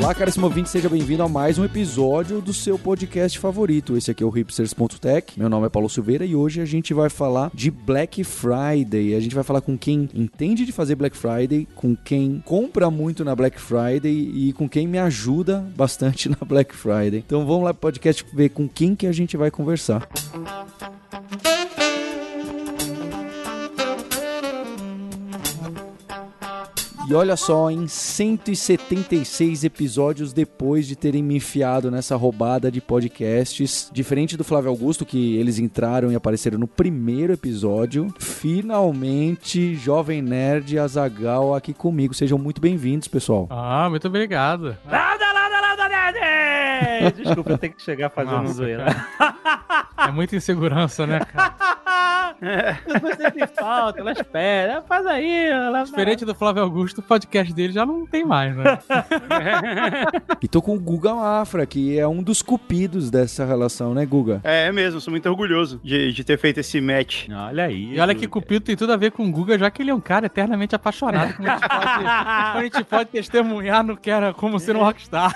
Olá, caríssimo ouvinte, seja bem-vindo a mais um episódio do seu podcast favorito. Esse aqui é o hipsters.tech. Meu nome é Paulo Silveira e hoje a gente vai falar de Black Friday. A gente vai falar com quem entende de fazer Black Friday, com quem compra muito na Black Friday e com quem me ajuda bastante na Black Friday. Então vamos lá pro podcast ver com quem que a gente vai conversar. E olha só, em 176 episódios depois de terem me enfiado nessa roubada de podcasts, diferente do Flávio Augusto, que eles entraram e apareceram no primeiro episódio, finalmente, Jovem Nerd e Azagal aqui comigo. Sejam muito bem-vindos, pessoal. Ah, muito obrigado. Lada, lada, lada, nerd! Desculpa, eu tenho que chegar fazendo Nossa, zoeira. É muita insegurança, né, cara? Depois sempre falta, elas pedem. "Ah, Faz aí, ela Diferente do Flávio Augusto, o podcast dele já não tem mais, né? E tô com o Guga Mafra, que é um dos cupidos dessa relação, né, Guga? É, é mesmo, sou muito orgulhoso de, de ter feito esse match. Olha aí. E olha que Cupido tem tudo a ver com o Guga, já que ele é um cara eternamente apaixonado, como a gente pode, como a gente pode testemunhar no que era como ser um rockstar.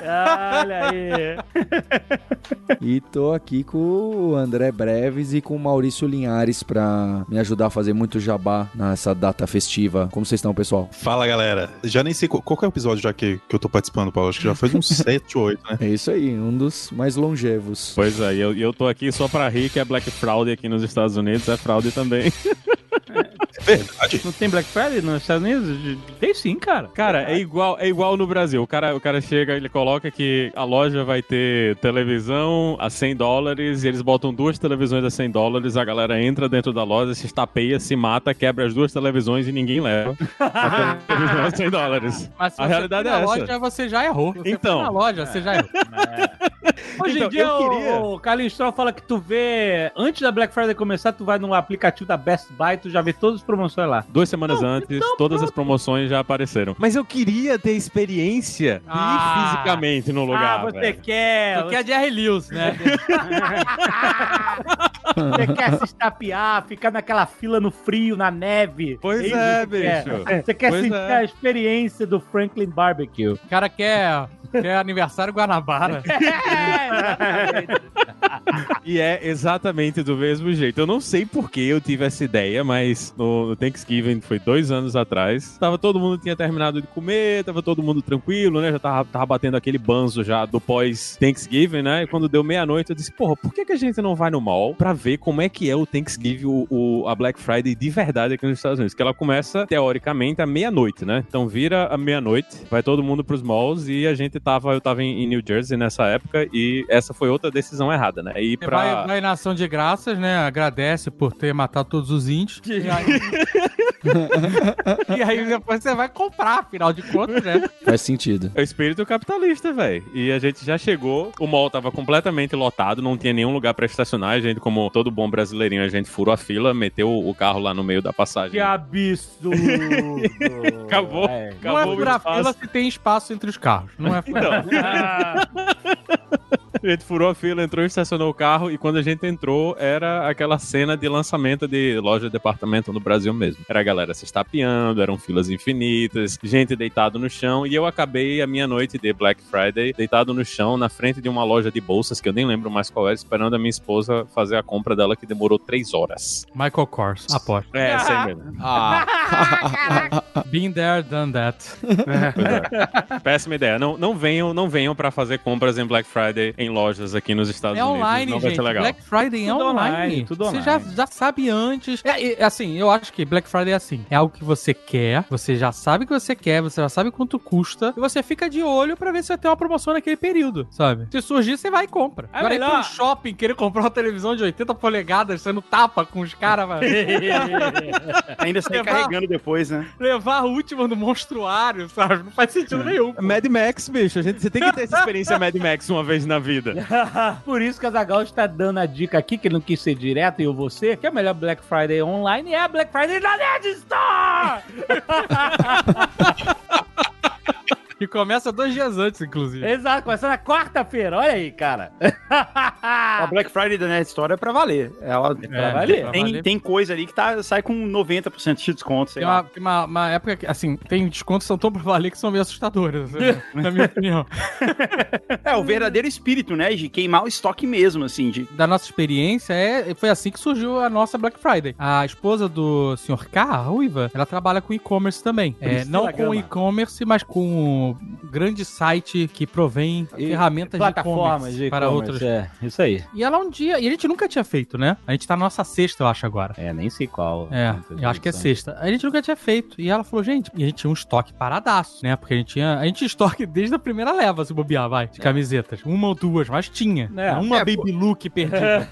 Olha aí. E tô aqui com o André Breves e com o Maurício Linhares pra me ajudar a fazer muito jabá nessa data festiva. Como vocês estão, pessoal? Fala galera, já nem sei qual, qual que é o episódio já que, que eu tô participando, Paulo. Acho que já faz uns 7 ou 8, né? É isso aí, um dos mais longevos. Pois é, e eu, e eu tô aqui só pra rir que é Black Friday aqui nos Estados Unidos, é fraude também. É verdade. Não tem Black Friday nos Estados Unidos? Tem sim, cara. Cara, é igual, é igual no Brasil. O cara, o cara chega, ele coloca que a loja vai ter televisão a 100 dólares e eles botam duas televisões a 100 dólares, a galera entra dentro da loja, se estapeia, se mata, quebra as duas televisões e ninguém leva. A televisão a 100 dólares. Mas se A você realidade foi na é essa. loja, você já errou. Se Você Então. foi na loja, você já errou. Hoje Então, em dia, eu queria- o, o Calistrol fala que tu vê... Antes da Black Friday começar, tu vai no aplicativo da Best Buy, tu já vê todas as promoções lá. Duas semanas antes, então todas as promoções já apareceram. Mas eu queria ter experiência de ir Ah. fisicamente no lugar. ah, você velho. quer... Tu quer de R. Lewis, né? Você quer se estapear, ficar naquela fila no frio, na neve. Pois isso é, que você quer. bicho. Você quer Pois sentir é. a experiência do Franklin Barbecue. O cara quer, quer aniversário Guanabara. É, E é exatamente do mesmo jeito. Eu não sei por que eu tive essa ideia, mas no, no Thanksgiving, foi dois anos atrás, tava todo mundo tinha terminado de comer, tava todo mundo tranquilo, né? Já tava, tava batendo aquele banzo já do pós-Thanksgiving, né? E quando deu meia-noite, eu disse, porra, por que, que a gente não vai no mall pra ver como é que é o Thanksgiving, o, o- a Black Friday de verdade aqui nos Estados Unidos? Que ela começa, teoricamente, à meia-noite, né? Então vira à meia-noite, vai todo mundo pros malls e a gente tava, eu tava em, em New Jersey nessa época e essa foi outra decisão errada, né? E Você pra... É, Vai, vai na ação de graças, né? Agradece por ter matado todos os índios. E aí... e aí depois você vai comprar, afinal de contas, né? Faz sentido. É o espírito capitalista, velho. E a gente já chegou, o mall tava completamente lotado, não tinha nenhum lugar pra estacionar. A gente, como todo bom brasileirinho, a gente furou a fila, meteu o carro lá no meio da passagem. Que absurdo! Acabou. É. Não Acabou é furar o espaço. fila se tem espaço entre os carros. Não é furar Então, Ah, a gente furou a fila, entrou, estacionou o carro e quando a gente entrou era aquela cena de lançamento de loja de departamento no Brasil mesmo. Era a galera se estapeando, eram filas infinitas, gente deitado no chão e eu acabei a minha noite de Black Friday deitado no chão na frente de uma loja de bolsas que eu nem lembro mais qual era, esperando a minha esposa fazer a compra dela que demorou três horas. Michael Kors, aposto. É, essa aí mesmo. Been there, done that. Pois é. Péssima ideia. Não, não venham, não venham para fazer compras em Black Friday em lojas aqui nos Estados É Unidos. né? online, não vai gente. ser legal. Black Friday é Tudo online. online, tudo Você online. já, já sabe antes. É, é, assim, eu acho que Black Friday é assim. É algo que você quer, você já sabe que você quer, você já sabe quanto custa, e você fica de olho pra ver se vai ter uma promoção naquele período, sabe? Se surgir, você vai e compra. É Agora ir melhor. pra um shopping, querer comprar uma televisão de 80 polegadas, sendo tapa com os caras, mano. Ainda sai Levar- carregando depois, né? levar a última no monstruário, sabe? Não faz sentido nenhum. É. Mad Max, bicho. A gente, você tem que ter essa experiência é Mad Max uma vez na vida. Por isso que a Zagal está dando a dica aqui, que ele não quis ser direto, e eu você, que a melhor Black Friday online é a Black Friday da Nerd Store! E começa dois dias antes, inclusive. Exato, começando na quarta-feira, olha aí, cara. A Black Friday da Nerd Store é pra valer. Ela pra valer. pra Ah. tem, tem coisa ali que tá, sai com 90% de desconto, sei Tem lá. uma, tem uma- uma época que, assim, tem descontos que são tão pra valer que são meio assustadores, assim, na minha opinião. É, o verdadeiro espírito, né? De queimar o estoque mesmo, assim. De... Da nossa experiência, é, foi assim que surgiu a nossa Black Friday. A esposa do Sr. K, a Ruiva, ela trabalha com e-commerce também. É, Priscila não com Gama. e-commerce, mas com um grande site que provém E- ferramentas de Plataformas e-commerce de para e-commerce, outros. É, isso aí. E ela um dia. E a gente nunca tinha feito, né? A gente tá na nossa sexta, eu acho, agora. É, nem sei qual. É, eu acho que é sexta. A gente nunca tinha feito. E ela falou, gente, e a gente tinha um estoque paradaço, né? Porque a gente tinha. A gente tinha estoque desde a primeira leva, se bobear, vai. De camisetas. Uma ou duas, mas tinha. É. Uma É, baby look perdida.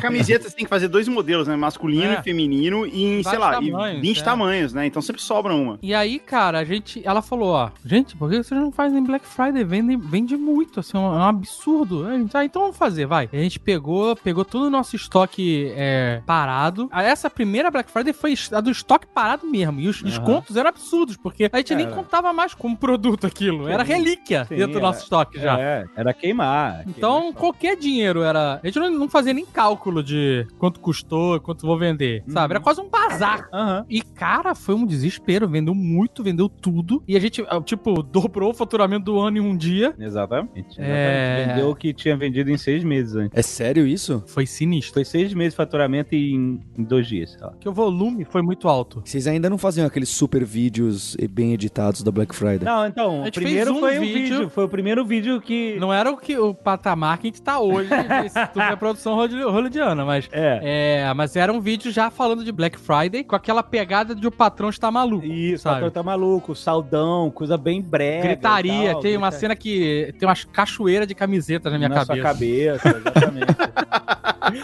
Camisetas tem que fazer dois modelos, né? Masculino É. e feminino, e, em, sei Vários lá, e tamanhos, 20 é. tamanhos, né? Então sempre sobra uma. E aí, cara, a gente. Ela falou, ó, gente, por que vocês não fazem Black Friday? Vende, vende muito, assim, é um, é um absurdo. A gente, ah, então vamos fazer, vai. A gente pegou, pegou todo o nosso estoque é, parado. Ah, Essa primeira Black Friday foi a do estoque parado mesmo. E os descontos eram absurdos, porque a gente nem contava mais como produto aquilo. Era relíquia Sim, dentro do nosso era- estoque já. É, era queimar. Então, qualquer dinheiro era. A gente não- não fazia nem cálculo de quanto custou, quanto vou vender, sabe? Uhum. Era quase um bazar. Aham. E, cara, foi um desespero. Vendeu muito, vendeu tudo. E a gente, ah, tipo, dobrou o faturamento do ano em um dia. Exatamente. É. exatamente. Vendeu o que tinha vendido em seis meses antes. É sério isso? Foi sinistro. Foi seis meses de faturamento em, em dois dias. sei lá. Porque o volume foi muito alto. Vocês ainda não faziam aqueles super vídeos e bem editados da Black Friday? Não, então, A o gente primeiro fez um foi um vídeo. vídeo. Foi o primeiro vídeo que. Não era o, que, o patamar que a gente tá hoje, de- se tu é produção holly- hollywoodiana, mas. É. É, mas era um vídeo já falando de Black Friday com aquela pegada de o patrão está maluco. Isso, sabe? o patrão tá maluco, saudão, coisa bem breve. Gritaria, tem uma cena que tem umas cachoeiras de camisetas na minha cabeça. cabeça, exatamente.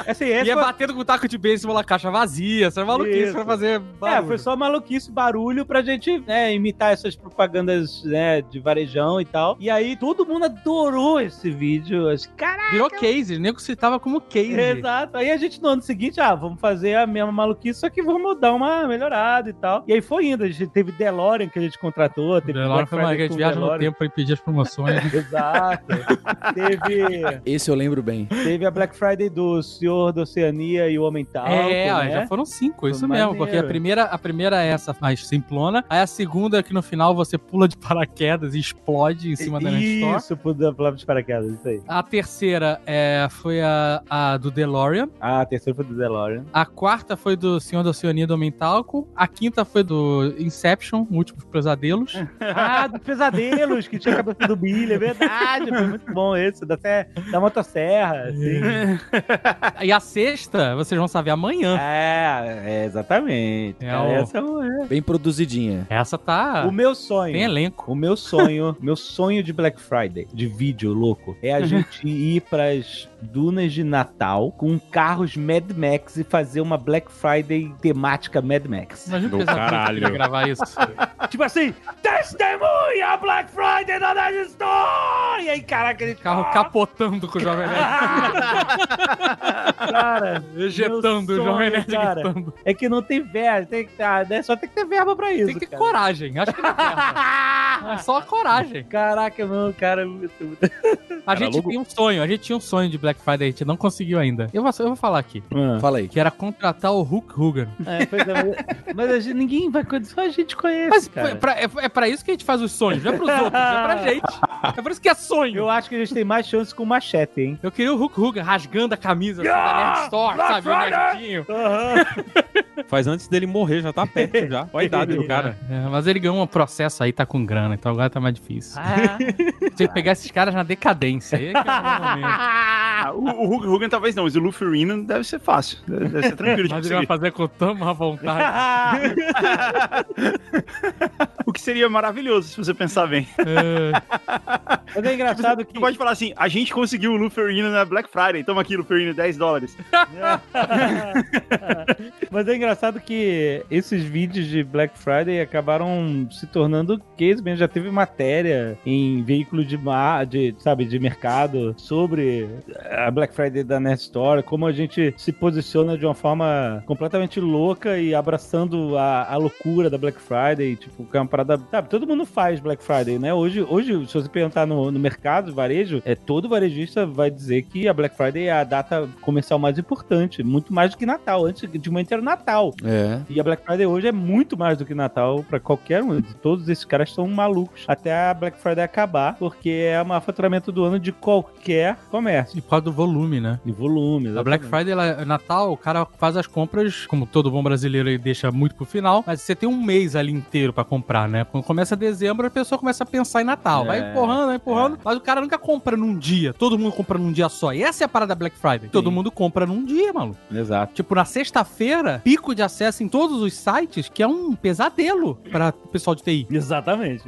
assim, E esse é foi... batendo com taco de beisebol na caixa vazia, essa maluquice Isso. pra fazer É, barulho. foi só maluquice, barulho pra gente né, imitar essas propagandas né, de varejão e tal. E aí todo mundo adorou esse vídeo. Assim, Caraca! Virou case, o nego citava como case. Exato. Aí a gente no ano seguinte, ah, vamos fazer a mesma maluquice, só que vamos dar uma melhorada e tal. E aí foi indo. A gente teve DeLorean que a gente contratou, teve Delora Black foi uma Friday a gente com viaja no DeLorean. tempo pra impedir as promoções. Exato. teve, Esse eu lembro bem. teve a Black Friday do Senhor da Oceania e o Homem Tal. é, ó, né? já foram cinco, isso Foi mesmo. maneiro. Porque a primeira, a primeira é essa mais simplona, aí a segunda é que no final você pula de paraquedas e explode em cima da Nerd Store. Isso, pro da Flávio de Paraquedas, isso aí. A terceira é, foi a, a do DeLorean. Ah, a terceira foi do DeLorean. A quarta foi do Senhor da Oceania do Mentalco. A quinta foi do Inception, Múltiplos Pesadelos. Ah, dos pesadelos, que tinha a cabeça do Billy, é verdade. Foi muito bom esse, da, até, da motosserra, assim. É. e a sexta, vocês vão saber amanhã. É, é, exatamente. É cara, o- essa é uma- Bem produzidinha. Essa tá. É. O meu sonho. Tem elenco. O meu sonho, meu sonho de Black Friday, de vídeo louco, é a gente ir pras dunas de Natal com carros Mad Max e fazer uma Black Friday temática Mad Max. Imagina o Do pesadelo que caralho. vai gravar isso. tipo assim, testemunha Black Friday da Nerd Store! E aí, caraca, "Ah, ele Carro capotando com o Jovem Nerd. cara, Ejetando, o sonho, Jovem Nerd cara. gritando. é que não tem verba, tem que, ah, né, só tem que ter verba pra isso. Tem que ter cara. coragem. Acho que não é. É só a coragem. Caraca, meu, cara. é muito- muito- A gente tinha um sonho. A gente tinha um sonho de Black Friday. A gente não conseguiu ainda. Eu vou, eu vou falar aqui. Fala aí. Que era contratar o Hulk Hogan. É, pois é, mas- mas a gente- ninguém vai conhecer, só a gente conhece, Mas cara. é pra, é, é pra isso que a gente faz os sonhos. Não é pros outros, é pra gente. É por isso que é sonho. Eu acho que a gente tem mais chance com machete, hein? Eu queria o Hulk Hogan rasgando a camisa assim, da Nerd Store, sabe? O nerdinho. Faz antes dele morrer, já tá perto já. Olha a idade do cara. É, mas ele ganhou um processo aí, tá com grana, então agora tá mais difícil. Ah. Tem que pegar esses caras na decadência. aí é que é o bom momento. Ah, o o Hulk Hogan talvez não, mas o Luffy Rino deve ser fácil. Deve deve ser tranquilo de Mas ele conseguir. vai fazer com tanta vontade. O que seria maravilhoso, se você pensar bem. É. Mas é engraçado que. Você pode falar assim, a gente conseguiu o Luferino na Black Friday, toma aqui, Luferino, 10 dólares. Mas é engraçado que esses vídeos de Black Friday acabaram se tornando case mesmo. Já teve matéria em veículo de, ma- de, sabe, de mercado sobre a Black Friday da Nerd Store, como a gente se posiciona de uma forma completamente louca e abraçando a, a loucura da Black Friday, tipo, que é uma parada. Sabe, todo mundo faz Black Friday, né? Hoje, hoje se você perguntar no, no mercado, varejo, é, todo varejista vai dizer que a Black Friday é a data comercial mais importante, muito mais do que Natal. Antes de manhã era Natal. É. E a Black Friday hoje é muito mais do que Natal pra qualquer um. Todos esses caras são malucos até a Black Friday acabar, porque é o maior faturamento do ano de qualquer comércio. E por causa do volume, né? E volume. A Black exatamente. Friday, ela, é Natal, o cara faz as compras, como todo bom brasileiro, ele deixa muito pro final, mas você tem um mês ali inteiro pra comprar, né? Quando começa dezembro, a pessoa começa a pensar em Natal. Vai É, empurrando, vai empurrando, mas o cara nunca compra num dia. Todo mundo compra num dia só. E essa é a parada da Black Friday. Todo mundo compra num dia, maluco. Exato. Tipo, na sexta-feira, pico de acesso em todos os sites, que é um pesadelo pra o pessoal de TI. Exatamente.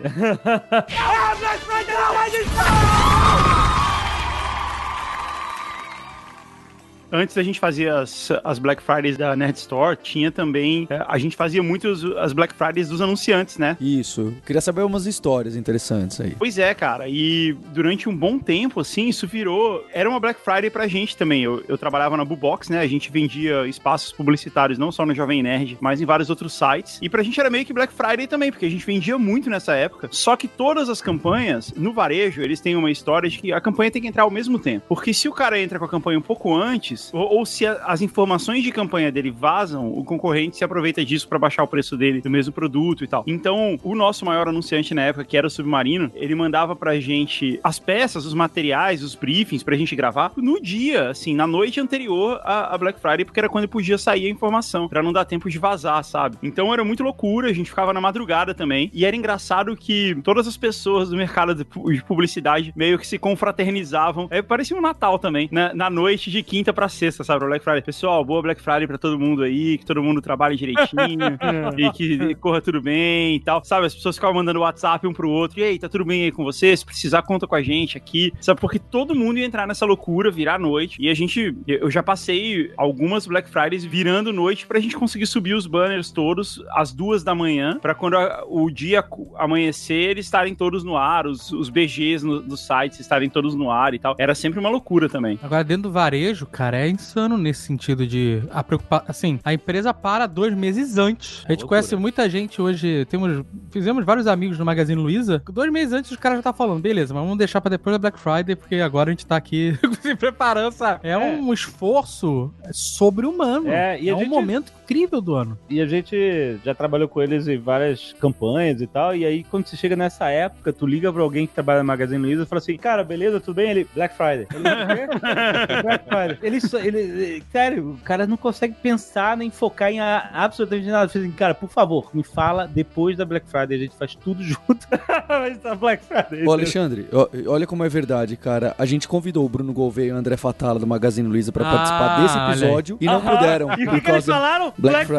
Antes da gente fazer as, as Black Fridays da Nerd Store, tinha também. é, a gente fazia muito os- as Black Fridays dos anunciantes, né? Isso. Queria saber umas histórias interessantes aí. Pois é, cara. E durante um bom tempo, assim, isso virou. Era uma Black Friday pra gente também. Eu, eu trabalhava na Bubox, né? A gente vendia espaços publicitários não só no Jovem Nerd, mas em vários outros sites. E pra gente era meio que Black Friday também, porque a gente vendia muito nessa época. Só que todas as campanhas, no varejo, eles têm uma história de que a campanha tem que entrar ao mesmo tempo. Porque se o cara entra com a campanha um pouco antes, ou, ou se a- as informações de campanha dele vazam, o concorrente se aproveita disso pra baixar o preço dele do mesmo produto e tal. Então, o nosso maior anunciante na época, que era o Submarino, ele mandava pra gente as peças, os materiais, os briefings pra gente gravar no dia, assim, na noite anterior à, à Black Friday, porque era quando podia sair a informação, pra não dar tempo de vazar, sabe? Então era muito loucura, a gente ficava na madrugada também. E era engraçado que todas as pessoas do mercado de pu- de publicidade meio que se confraternizavam. É, parecia um Natal também, né? na noite de quinta pra sexta, sabe? Black Friday. Pessoal, boa Black Friday pra todo mundo aí, que todo mundo trabalhe direitinho É. e que corra tudo bem e tal. Sabe, as pessoas ficavam mandando WhatsApp um pro outro. E aí, tá tudo bem aí com você? Se precisar, conta com a gente aqui. Sabe, porque todo mundo ia entrar nessa loucura, virar noite. E a gente, eu já passei algumas Black Fridays virando noite pra gente conseguir subir os banners todos às duas da manhã, pra quando a- o dia cu- amanhecer, eles estarem todos no ar, os, os BGs no- dos sites estarem todos no ar e tal. Era sempre uma loucura também. Agora, dentro do varejo, cara, é insano nesse sentido de a preocupar. Assim, a empresa para dois meses antes. A gente loucura. conhece muita gente hoje. Temos, fizemos vários amigos no Magazine Luiza. que Dois meses antes, os caras já tá falando, beleza, mas vamos deixar pra depois da Black Friday, porque agora a gente tá aqui se preparando. Sabe? É, um esforço sobre-humano. É, É, e a um gente- momento incrível do ano. E a gente já trabalhou com eles em várias campanhas e tal. E aí, quando você chega nessa época, tu liga pra alguém que trabalha no Magazine Luiza e fala assim: Cara, beleza, tudo bem? Ele, Black Friday. Ele, "O quê? Black Friday. Ele, só- ele, ele- sério, o cara não consegue pensar nem focar em a- absolutamente nada. Fala assim, cara, por favor, me fala depois da Black Friday. A gente faz tudo junto. Mas tá Black Friday. Ô, Alexandre, ó, olha como é verdade, cara. A gente convidou o Bruno Gouveia e o André Fatala do Magazine Luiza pra Ah, participar desse olha aí. episódio e não Aham. puderam. E o que, que eles falaram? Black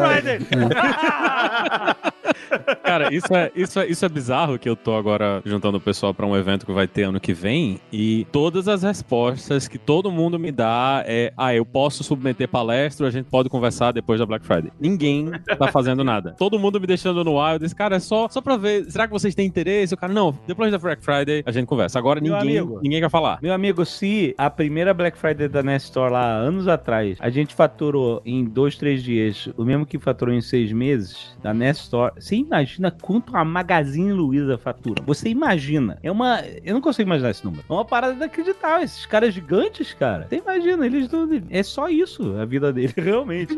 Cara, isso é, isso, é, isso é bizarro que eu tô agora juntando o pessoal pra um evento que vai ter ano que vem e todas as respostas que todo mundo me dá é ah, eu posso submeter palestra, a gente pode conversar depois da Black Friday. Ninguém tá fazendo nada. Todo mundo me deixando no ar, eu disse, cara, é só, só pra ver, será que vocês têm interesse? O cara, não, depois da Black Friday a gente conversa. Agora Meu ninguém, amigo. ninguém quer falar. Meu amigo, se a primeira Black Friday da Nest Store lá, anos atrás, a gente faturou em dois, três dias, o mesmo que faturou em seis meses, da Nest Store, você imagina quanto a Magazine Luiza fatura? Você imagina. É uma... Eu não consigo imaginar esse número. É uma parada inacreditável. Esses caras gigantes, cara. Você imagina, eles... não- É só isso, a vida dele, realmente.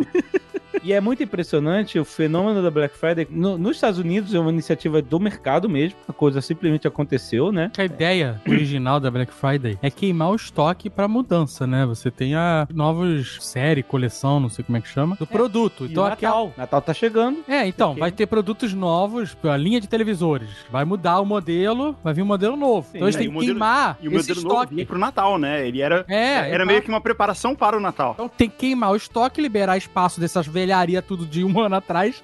E é muito impressionante o fenômeno da Black Friday. No- nos Estados Unidos é uma iniciativa do mercado mesmo. A coisa simplesmente aconteceu, né? A ideia original da Black Friday é queimar o estoque pra mudança, né? Você tem a novos série, coleção, não sei como é que chama, do produto. Então, Então, aquela- Natal. Natal tá chegando. É, então, Ok. vai ter produtos novos, tipo, a linha de televisores. Vai mudar o modelo, vai vir um modelo novo. então eles é, têm e que o modelo- queimar E o esse modelo novo estoque. vinha pro Natal, né? Ele era, É, era meio que uma preparação para o Natal. Então tem que queimar o estoque, liberar espaço dessas velhas amelharia tudo de um ano atrás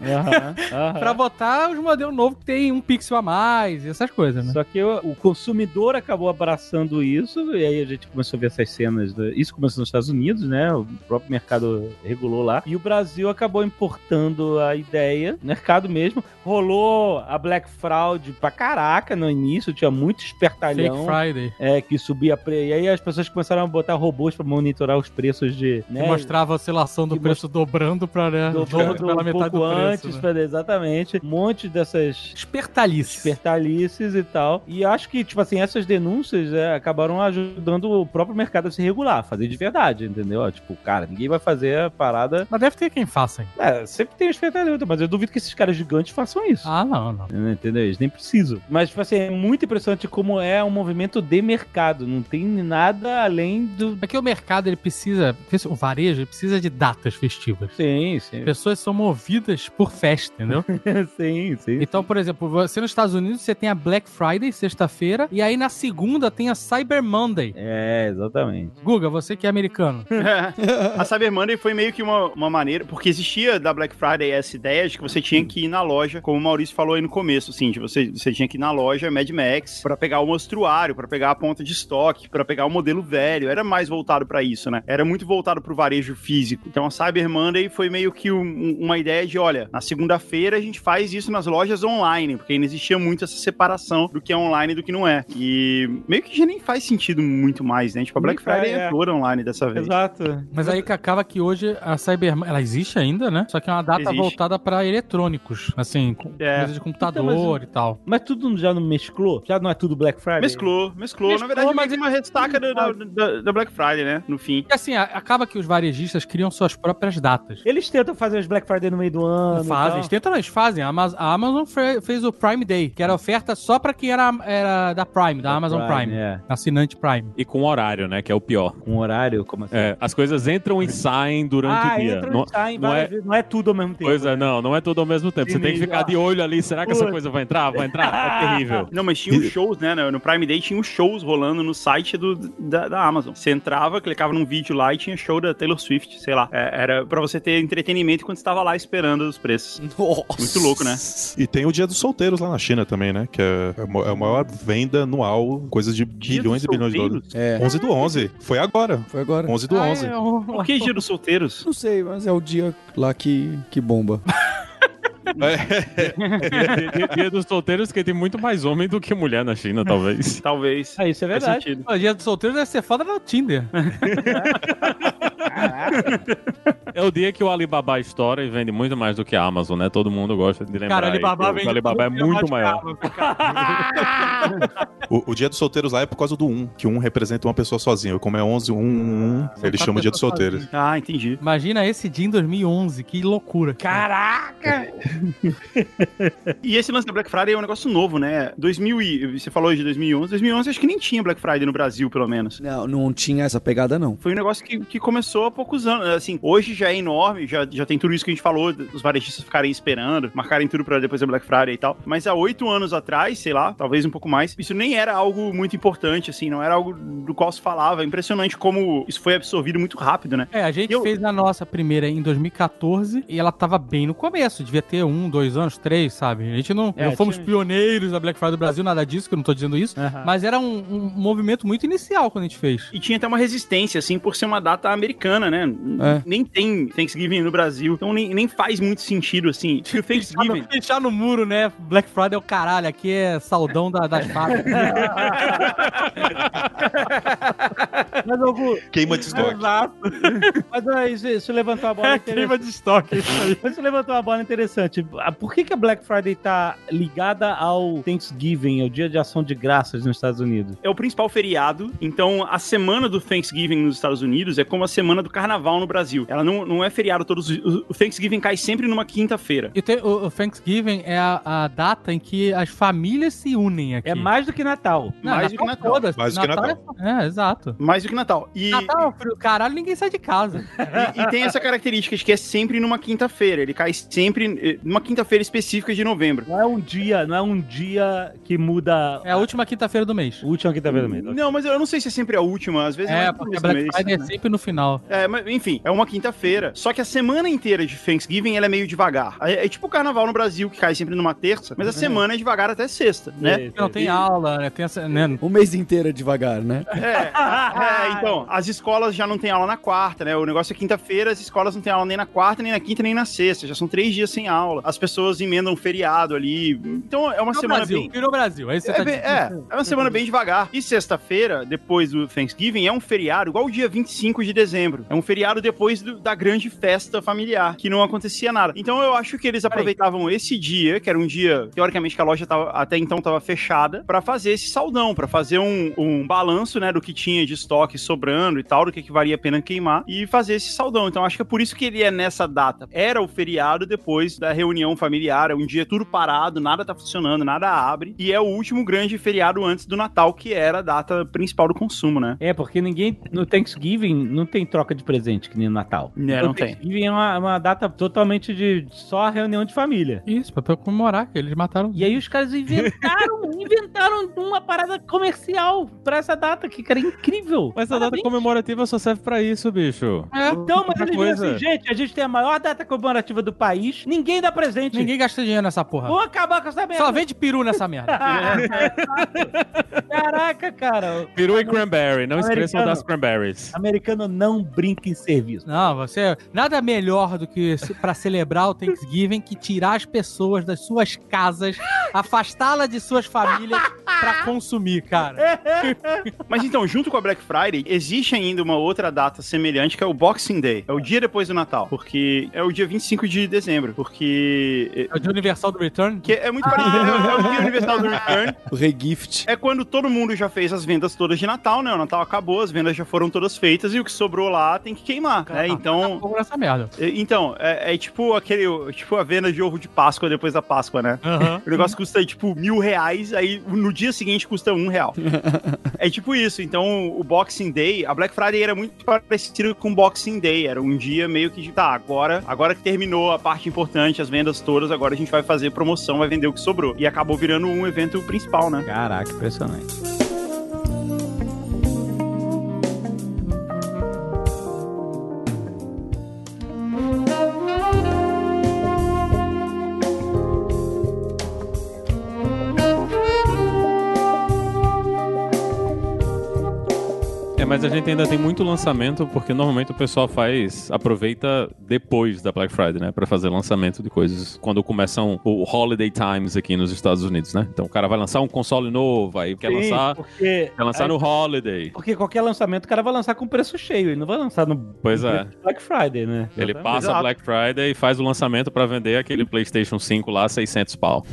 pra botar os modelos novos que tem um pixel a mais e essas coisas, né? Só que o, o consumidor acabou abraçando isso, e aí a gente começou a ver essas cenas. do- Isso começou nos Estados Unidos, né? O próprio mercado regulou lá. E o Brasil acabou importando a ideia, mercado mesmo. Rolou a Black Fraud pra caraca no início, tinha muito Fake espertalhão Friday. é, que subia preço. E aí as pessoas começaram a botar robôs pra monitorar os preços de. Que Né? mostrava a oscilação do que preço dobrando pra né, dobro Dobrando pela um metade do pouco preço. antes, né? pra- exatamente. Um monte dessas Espertalice. espertalices e tal. E acho que, tipo assim, essas denúncias é, acabaram ajudando o próprio mercado a se regular, a fazer de verdade, entendeu? Ó, Tipo, cara, ninguém vai fazer a parada. Mas deve ter quem faça. hein? É, sempre tem espertalhota, mas eu duvido que esses caras gigantes façam isso. Ah, não, não. Entendeu? Eles nem precisam. Mas, tipo assim, é muito impressionante como é um movimento de mercado. Não tem nada além do. É que o mercado, ele precisa, o varejo, ele precisa de datas festivas. Sim, sim. Pessoas são movidas por festa, entendeu? sim, sim. Então, por exemplo, você nos Estados Unidos, você tem a Black Friday, sexta-feira, e aí na segunda tem a Cyber Monday. É, exatamente. Guga, você que é americano. a Cyber Monday foi meio que uma, uma maneira, porque existia da Black Friday essa ideia de que você tinha que ir na loja, como o Maurício falou aí no começo, assim, de você, você tinha que ir na loja Mad Max pra pegar o mostruário, pra pegar a ponta de estoque, pra pegar o modelo velho, era mais voltado pra isso, né? Era muito voltado pro varejo físico. Então a Cyber Monday foi meio que um- um- uma ideia de, olha, na segunda-feira a gente faz isso nas lojas online, porque ainda existia muito essa separação do que é online e do que não é. E meio que já nem faz sentido muito mais, né? Tipo, a Black Nem faz, Friday é. é toda online dessa vez. Exato. Mas aí que acaba que hoje a Cyber Monday, ela existe ainda, né? Só que é uma data Existe. voltada pra eletrônicos, assim, com- É. coisa de computador Então, e tal. Mas tudo já não mesclou? Já não é tudo Black Friday? Mesclou, mesclou. Mesclou, Na verdade, mas mas é uma ressaca da, da, da- da Black Friday, né? No fim. E assim, a- acaba que os varejistas criam suas próprias datas. Eles tentam fazer as Black Friday no meio do ano. e Fazem, tal. eles tentam, eles fazem. A Amaz- a Amazon fe- fez o Prime Day, que era oferta só pra quem era, era da Prime, da Amazon Prime, É. assinante Prime. E com horário, né? Que é o pior. Com horário, como assim? É, as coisas entram e saem durante ah, o dia. entra Não- e sai não várias é- vezes. Não é tudo ao mesmo tempo. Pois é, não, não é tudo ao mesmo tempo. Você Sim, tem que ficar ó. de olho ali. Será que essa Putz. coisa vai entrar? Vai entrar? É terrível. Não, mas tinha os shows, né? No Prime Day tinha os shows rolando no site do, da, da Amazon. Você entrava, clicava num vídeo lá e tinha show da Taylor Swift, sei lá. É, era pra você ter entretenimento quando estava lá esperando os preços. Nossa. Muito louco, né? E tem o Dia dos Solteiros lá na China também, né? Que é a mo- é a maior venda anual, coisa de Dia bilhões e dos bilhões de solteiros? dólares. É, 11 do 11. Foi agora. foi agora. 11 do 11. Ah, é, o- Por que dia dos solteiros? Não sei, mas é o dia lá que, que bomba. dia, dia- dia dos solteiros que tem muito mais homem do que mulher na China, talvez. Talvez. Ah, isso é Faz verdade. sentido. o dia do solteiro deve ser foda no Tinder. É o dia que o Alibaba estoura e vende muito mais do que a Amazon, né? Todo mundo gosta de lembrar. Cara, aí Alibaba que vende o Alibaba é tudo que muito mais maior. O, o Dia dos Solteiros lá é por causa do 1, que um representa uma pessoa sozinha. Como é 11, 1, 1, 1, eles quatro chamam Dia pessoas dos Solteiros. Ah, entendi. Imagina esse dia em 2011, que loucura. Caraca! E esse lance da Black Friday é um negócio novo, né? 2000 e, você falou de 2011. 2011 acho que nem tinha Black Friday no Brasil, pelo menos. Não, não tinha essa pegada, não. foi um negócio que, que começou há poucos anos. Assim, hoje já é enorme, já, já tem tudo isso que a gente falou, os varejistas ficarem esperando, marcarem tudo pra depois da Black Friday e tal. Mas há oito anos atrás, sei lá, talvez um pouco mais, isso nem era algo muito importante, assim, não era algo do qual se falava. É impressionante como isso foi absorvido muito rápido, né? É, a gente Eu- fez a nossa primeira em 2014 e ela tava bem no começo. Devia ter um, dois anos, três, sabe? A gente não, É, não fomos tinha- Tá. pioneiros da Black Friday do Brasil, nada disso, que eu não tô dizendo isso. Mas era um, um movimento muito inicial quando a gente fez. E tinha até uma resistência, assim, por ser uma data americana, né? N- É. Nem tem Thanksgiving no Brasil, então nem, nem faz muito sentido, assim. E o Deixar no, Thanksgiving. deixar no muro, né? Black Friday é o caralho, aqui é saudão da, das facas. Mas, Augusto, Queima de estoque. Exato. Mas ó, isso, isso levantou a bola interessante. de estoque. Mas isso levantou uma bola interessante. Ah, Por que, que a Black Friday tá ligada ao Thanksgiving, ao Dia de Ação de Graças nos Estados Unidos? é o principal feriado. Então, a semana do Thanksgiving nos Estados Unidos é como a semana do Carnaval no Brasil. Ela não, não é feriado todos os... O Thanksgiving cai sempre numa quinta-feira. E tem- o, o Thanksgiving é a, a data em que as famílias se unem aqui. É mais do que Natal. Não, mais do que Natal. todas. Mais do que é- É, exato. Mais do que Natal. E, Natal, frio, caralho, ninguém sai de casa. e- e tem essa característica de que é sempre numa quinta-feira. Ele cai sempre eh, numa quinta-feira específica de novembro. Não é um dia, não é um dia que muda. É a última qulta-feira do mês. última que tá vendo mesmo. Não, mas eu não sei se é sempre a última. Às vezes É, no porque começo do Black mês, Friday é né? sempre no final. É, mas, enfim, é uma quinta-feira. Só que a semana inteira de Thanksgiving ela é meio devagar. É, é tipo o carnaval no Brasil, que cai sempre numa terça, mas a semana é devagar até sexta, né? Não tem aula, né? Tem essa, né? O mês inteiro é devagar, né? É. É, Ah. então, as escolas já não têm aula na quarta, né? O negócio é quinta-feira, as escolas não têm aula nem na quarta, nem na quinta, nem na sexta. Já são três dias sem aula. As pessoas emendam um feriado ali. Então é uma Virou semana Brasil, bem. virou Brasil. Aí você É, tá bem- é, é uma semana bem devagar. E sexta-feira, depois do Thanksgiving, é um feriado igual o dia 25 de dezembro. É um feriado depois do- da grande festa familiar, que não acontecia nada. Então eu acho que eles aproveitavam esse dia, que era um dia, teoricamente, que a loja tava- até então estava fechada, pra fazer esse saldão, pra fazer um, um balanço, né, do que tinha de estoque sobrando e tal, do que, que valia a pena queimar, e fazer esse saldão. Então acho que é por isso que ele é nessa data. Era o feriado depois da reunião familiar, é um dia tudo parado, nada tá funcionando, nada abre, e é o último grande feriado antes do Natal, que era a data principal do consumo, né? É, porque ninguém. No Thanksgiving não tem troca de presente, que nem no Natal. É, Então, não tem. Thanksgiving é uma, uma data totalmente de só reunião de família. Isso, pra- pra comemorar que eles mataram. E aí os caras inventaram, inventaram uma parada comercial pra essa data, que cara é incrível. Mas a data Parabéns. comemorativa só serve pra isso, bicho. é Então, mas Outra eles viram coisa. assim, gente, a gente tem a maior data comemorativa do país, ninguém dá presente. Ninguém gasta dinheiro nessa porra. Vamos acabar com essa merda. Só vende peru nessa merda. Caraca, cara. Peru e cranberry. Não esqueçam Americano. das cranberries. Americano não brinca em serviço. Não, você. Nada melhor do que se- pra celebrar o Thanksgiving que tirar as pessoas das suas casas, afastá-las de suas famílias pra consumir, cara. Mas então, junto com a Black Friday, existe ainda uma outra data semelhante, que é o Boxing Day. É o dia depois do Natal, porque é o dia 25 de dezembro, porque... eh, É o de Universal do Return? que é muito parecido, é, é o dia universal do return, O regift. É quando todo mundo já fez as vendas todas de Natal, né? O Natal acabou, as vendas já foram todas feitas e o que sobrou lá tem que queimar, né? Então, Fogo nessa merda. é- então é, é tipo aquele, tipo a venda de ovo de Páscoa depois da Páscoa, né? O negócio custa tipo mil reais, aí no dia seguinte custa um real. é tipo isso. Então, o Boxing Day, a Black Friday era muito parecido com o Boxing Day. Era um dia meio que de tá, agora, agora que terminou a parte importante, as vendas todas, agora a gente vai fazer promoção, vai vender o que sobrou. E acabou virando um evento principal, né? Caraca, impressionante. É, mas a gente ainda tem muito lançamento, porque normalmente o pessoal faz, aproveita depois da Black Friday, né? Pra fazer lançamento de coisas. Quando começam o Holiday Times aqui nos Estados Unidos, né? Então o cara vai lançar um console novo, aí quer Sim, lançar, Porque, quer lançar no Holiday. porque qualquer lançamento o cara vai lançar com preço cheio, ele não vai lançar no Pois no é. preço de Black Friday, né? Ele Exatamente. passa a Exato. Black Friday e faz o lançamento pra vender aquele PlayStation 5 lá, 600 pau.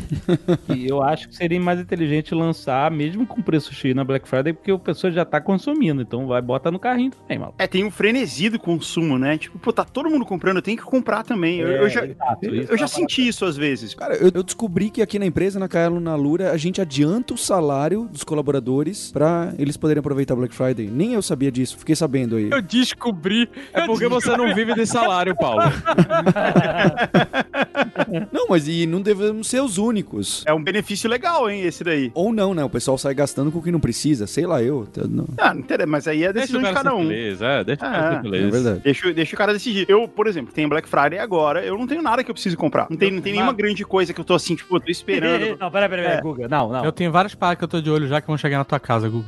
E eu acho que seria mais inteligente lançar mesmo com preço cheio na Black Friday, porque o pessoa já tá consumindo, então vai botar no carrinho também, maluco. É, tem um frenesi do consumo, né? Tipo, pô, tá todo mundo comprando, eu tenho que comprar também. É, Eu, eu já, eu já senti isso às vezes. Cara, eu, eu descobri que aqui na empresa, na Caelo na Lura, a gente adianta o salário dos colaboradores pra eles poderem aproveitar a Black Friday. Nem eu sabia disso, fiquei sabendo aí. Eu descobri. É porque você não vive de salário, Paulo. Não, mas e não devemos ser os únicos. É um benefício legal, hein, esse daí. Ou não, né? O pessoal sai gastando com o que não precisa, sei lá eu. tá- Não, Ah, não interessa, mas aí é a decisão de cara cada ser um. feliz, é, deixa o cara É, ser é feliz. verdade. Deixa, o- deixa o cara decidir. Eu, por exemplo, tenho Black Friday agora, eu não tenho nada que eu preciso comprar. Não tem, não tem nenhuma grande coisa que eu tô assim, tipo, eu tô esperando. É. Não, peraí, peraí, peraí, Guga. Não, não. Eu tenho várias paradas que eu tô de olho já que vão chegar na tua casa, Google.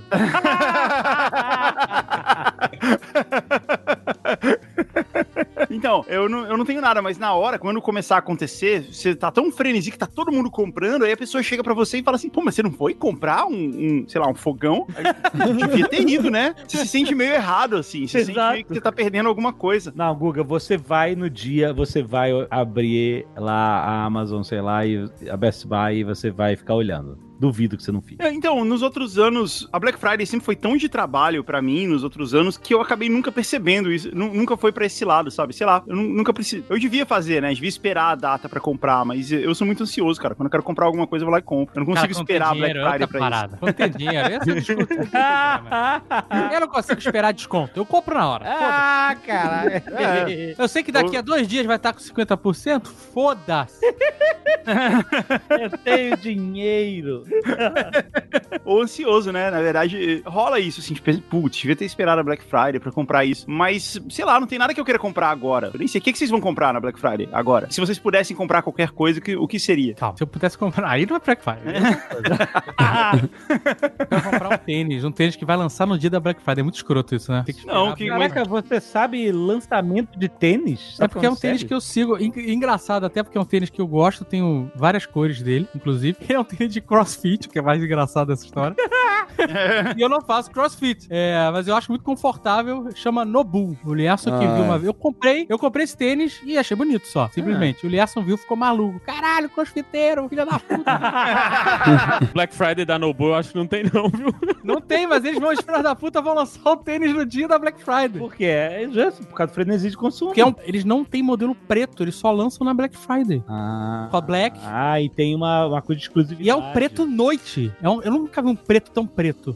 então, eu não, eu não tenho nada, mas na hora, quando começar a acontecer, você tá tão frenesi que tá todo mundo comprando, aí a pessoa chega pra você e fala assim, pô, mas você não foi comprar um, um, sei lá, um fogão? Aí, Devia ter ido, né? Você se sente meio errado, assim. Você sente Exato. meio que você tá perdendo alguma coisa. Não, Guga, você vai no dia, você vai abrir lá a Amazon, sei lá, e a Best Buy e você vai ficar olhando. Duvido que você não fique. É, Então, nos outros anos, a Black Friday sempre foi tão de trabalho pra mim, nos outros anos, que eu acabei nunca percebendo isso. Nu- Nunca foi pra esse lado, sabe? Sei lá, eu nu- nunca preciso. Eu devia fazer, né? Eu devia esperar a data pra comprar, mas eu sou muito ansioso, cara. Quando eu quero comprar alguma coisa, eu vou lá e compro. Eu não consigo esperar a é Black Friday pra isso. parada. Quando tem dinheiro, esse é o desconto que eu tenho, né, mano? Eu não consigo esperar desconto. Eu compro na hora. Foda-se. Ah, caralho. É, Eu sei que daqui a dois dias vai estar com 50%. Foda-se. Eu tenho dinheiro. Ou ansioso, né? Na verdade, rola isso, assim, tipo, putz, devia ter esperado a Black Friday pra comprar isso. Mas, sei lá, não tem nada que eu queira comprar agora. Eu nem sei. O que, que vocês vão comprar na Black Friday agora? Se vocês pudessem comprar qualquer coisa, que- o que seria? Calma, se eu pudesse comprar. Aí não é Black Friday. é outra coisa. Eu quero comprar um tênis, um tênis que vai lançar no dia da Black Friday. É muito escroto isso, né? Tem que Não, esperar que- ver. Caraca, você sabe lançamento de tênis? É porque é um tênis que eu sigo. En- Engraçado, até porque é um tênis que eu gosto, tenho várias cores dele, inclusive. É um tênis de crossfit, o que é mais engraçado dessa história. e eu não faço crossfit. É, mas eu acho muito confortável. Chama Nobu. O Lierson que Ah. viu uma vez. Eu comprei, eu comprei esse tênis e achei bonito só. Simplesmente. O Lierson viu e ficou maluco. Caralho, crossfiteiro, filha da puta. Black Friday da Nobu eu acho que não tem não, viu? não tem, mas eles vão, os filhos da puta, vão lançar o tênis no dia da Black Friday. Por quê? É justo, por causa do frenesi de consumo. Porque é um- eles não têm modelo preto, eles só lançam na Black Friday. Ah, Com a Black. Ah, e tem uma, uma coisa de exclusividade. E é um preto noite. É um- eu nunca vi um preto tão preto.